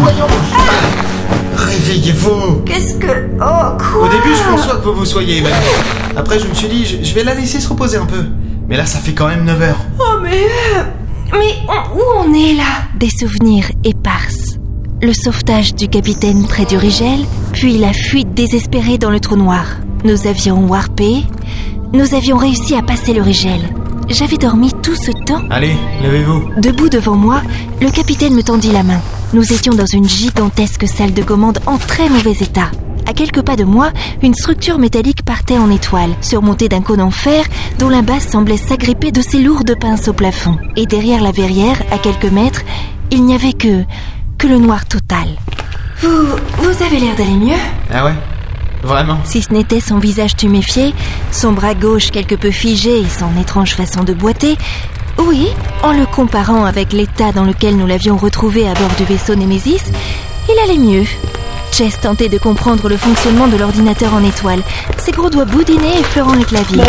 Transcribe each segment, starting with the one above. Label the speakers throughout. Speaker 1: voyons Réveillez-vous
Speaker 2: Qu'est-ce que... Oh, quoi
Speaker 1: Au début, je conçois que vous vous soyez évanoui. Après, je me suis dit, je, je vais la laisser se reposer un peu. Mais là, ça fait quand même 9 heures.
Speaker 2: Oh, mais... euh, Mais on- où on est, là
Speaker 3: Des souvenirs éparses. Le sauvetage du capitaine près du Rigel, puis la fuite désespérée dans le trou noir. Nous avions warpé, nous avions réussi à passer le Rigel. J'avais dormi tout ce temps.
Speaker 1: Allez, levez-vous.
Speaker 3: Debout devant moi, le capitaine me tendit la main. Nous étions dans une gigantesque salle de commande en très mauvais état. À quelques pas de moi, une structure métallique partait en étoile, surmontée d'un cône en fer dont la base semblait s'agripper de ses lourdes pinces au plafond. Et derrière la verrière, à quelques mètres, il n'y avait que... que le noir total.
Speaker 2: Vous... Vous avez l'air d'aller mieux
Speaker 1: Ah ouais Vraiment
Speaker 3: Si ce n'était son visage tuméfié, son bras gauche quelque peu figé et son étrange façon de boiter, oui, en le comparant avec l'état dans lequel nous l'avions retrouvé à bord du vaisseau Nemesis, il allait mieux. Chess tentait de comprendre le fonctionnement de l'ordinateur en étoile, ses gros doigts boudinés effleurant le clavier.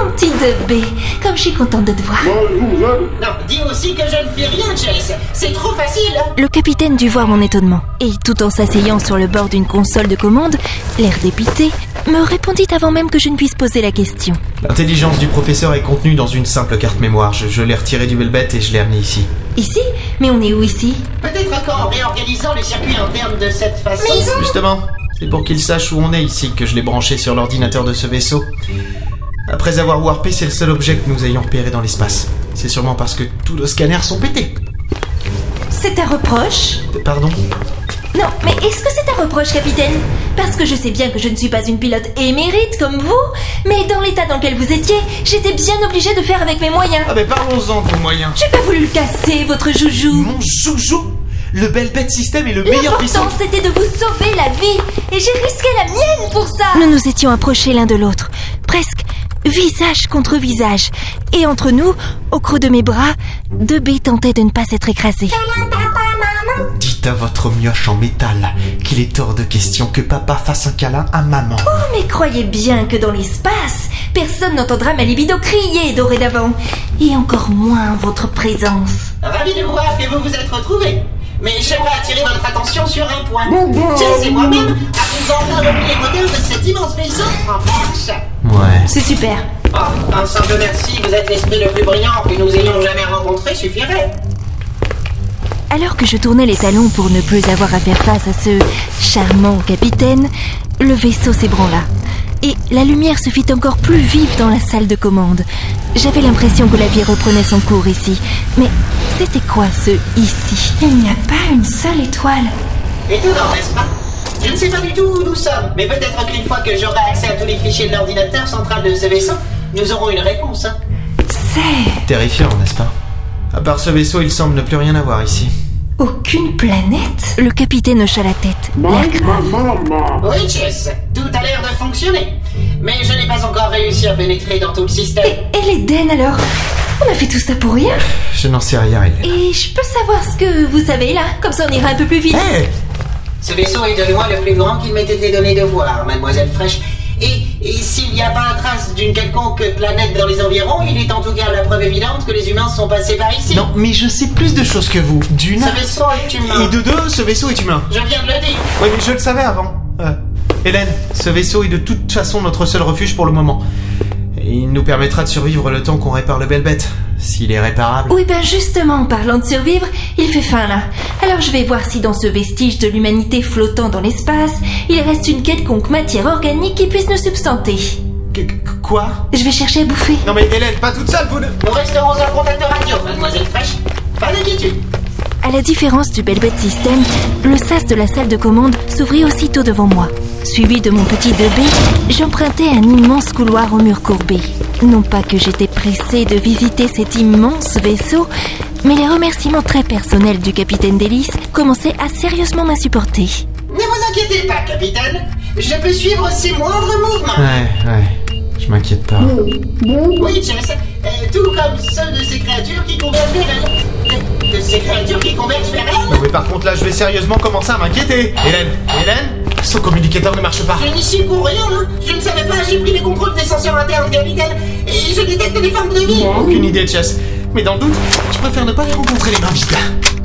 Speaker 2: Mon petit de B, comme je suis contente de te voir.
Speaker 4: Non, dis aussi que je ne fais rien, Chase. C'est trop facile.
Speaker 3: Le capitaine dut voir mon étonnement, et tout en s'asseyant sur le bord d'une console de commande, l'air dépité, me répondit avant même que je ne puisse poser la question.
Speaker 1: L'intelligence du professeur est contenue dans une simple carte mémoire. Je, je l'ai retirée du Belbête et je l'ai amenée ici.
Speaker 3: Ici Mais on est où ici
Speaker 4: Peut-être encore en réorganisant les circuits internes de cette façon.
Speaker 1: Justement, c'est pour qu'il sache où on est ici que je l'ai branché sur l'ordinateur de ce vaisseau. Après avoir warpé, c'est le seul objet que nous ayons repéré dans l'espace. C'est sûrement parce que tous nos scanners sont pétés.
Speaker 2: C'est un reproche
Speaker 1: Pardon
Speaker 2: Non, mais est-ce que c'est un reproche, capitaine Parce que je sais bien que je ne suis pas une pilote émérite comme vous, mais dans l'état dans lequel vous étiez, j'étais bien obligée de faire avec mes moyens.
Speaker 1: Ah mais parlons-en de vos moyens.
Speaker 2: J'ai pas voulu le casser, votre joujou.
Speaker 1: Mon joujou Le Belbête système est le meilleur vaisseau
Speaker 2: L'important, c'était de vous sauver la vie, et j'ai risqué la mienne pour ça.
Speaker 3: Nous nous étions approchés l'un de l'autre, presque visage contre visage. Et entre nous, au creux de mes bras, deux baies tentaient de ne pas s'être écrasées.
Speaker 1: Dites à votre mioche en métal qu'il est hors de question que papa fasse un câlin à maman.
Speaker 2: Oh, Mais croyez bien que dans l'espace, personne n'entendra ma libido crier dorénavant, et encore moins votre présence.
Speaker 4: Ravi de voir que vous vous êtes retrouvés. Mais j'aimerais attirer votre attention sur un point. Chase et moi-même avons enfin remis les moteurs de cet immense vaisseau en marche.
Speaker 1: Ouais.
Speaker 2: C'est super.
Speaker 4: Oh, un simple merci, vous êtes l'esprit le plus brillant que nous ayons jamais rencontré suffirait.
Speaker 3: Alors que je tournais les talons pour ne plus avoir à faire face à ce charmant capitaine, le vaisseau s'ébranla. Et la lumière se fit encore plus vive dans la salle de commande. J'avais l'impression que la vie reprenait son cours ici. Mais c'était quoi ce ici
Speaker 2: Il n'y a pas une seule étoile.
Speaker 4: Étonnant, n'est-ce pas Je ne sais pas du tout où nous sommes, mais peut-être qu'une fois que j'aurai accès à tous les fichiers de l'ordinateur central de ce vaisseau, nous aurons une réponse. hein.
Speaker 2: C'est
Speaker 1: Terrifiant, n'est-ce pas À part ce vaisseau, il semble ne plus rien avoir ici.
Speaker 2: aucune planète
Speaker 3: Le capitaine hocha la tête, l'air grave.
Speaker 4: Oui, Chase, tout a l'air de fonctionner. Mais je n'ai pas encore réussi à pénétrer dans tout le
Speaker 2: Et,
Speaker 4: système.
Speaker 2: et l'Éden alors On a fait tout ça pour rien
Speaker 1: Je n'en sais rien, Hélène.
Speaker 2: Et je peux savoir ce que vous savez là Comme ça on ira un peu plus vite.
Speaker 1: Hey
Speaker 4: Ce vaisseau est de loin le plus grand qu'il m'ait été donné de voir, mademoiselle Fresh. Et, et s'il n'y a pas une trace d'une quelconque planète dans les environs, il est en tout cas la preuve évidente que les humains sont passés par ici.
Speaker 1: Non, mais je sais plus de choses que vous. D'une.
Speaker 4: Ce vaisseau est humain.
Speaker 1: Et de deux, ce vaisseau est humain.
Speaker 4: Je viens de le dire.
Speaker 1: Oui, mais je le savais avant. Euh, Hélène, ce vaisseau est de toute façon notre seul refuge pour le moment. Et il nous permettra de survivre le temps qu'on répare le belle bête. S'il est réparable.
Speaker 2: Oui ben justement, en parlant de survivre, il fait faim là. Alors je vais voir si dans ce vestige de l'humanité flottant dans l'espace, il reste une quelconque matière organique qui puisse nous substanter.
Speaker 1: Qu- qu- Quoi
Speaker 2: Je vais chercher à bouffer.
Speaker 1: Non mais Hélène, pas toute seule, vous ne...
Speaker 4: Nous resterons en contact radio, mademoiselle Fresh. Pas d'inquiétude.
Speaker 3: À la différence du Belbet System, le sas de la salle de commande s'ouvrit aussitôt devant moi. Suivi de mon petit 2B, j'empruntais un immense couloir au mur courbé. Non pas que j'étais pressée de visiter cet immense vaisseau, mais les remerciements très personnels du capitaine Delis commençaient à sérieusement m'insupporter.
Speaker 4: Ne vous inquiétez pas, capitaine. Je peux suivre ses moindres mouvements.
Speaker 1: Ouais, ouais. Je m'inquiète pas.
Speaker 4: Oui, Chess. euh, tout comme ceux de ces créatures qui convergent vers elle. Euh, De, de ces créatures qui convergent vers elle.
Speaker 1: Non mais par contre là, je vais sérieusement commencer à m'inquiéter. Hélène, Hélène Son communicateur ne marche pas.
Speaker 4: Je n'y suis pour rien, hein. Je ne savais pas, j'ai pris les contrôles des senseurs internes, capitaine. Et je détecte des formes de vie.
Speaker 1: Aucune idée, Chess. Mais dans le doute, je préfère ne pas les rencontrer les mains vides.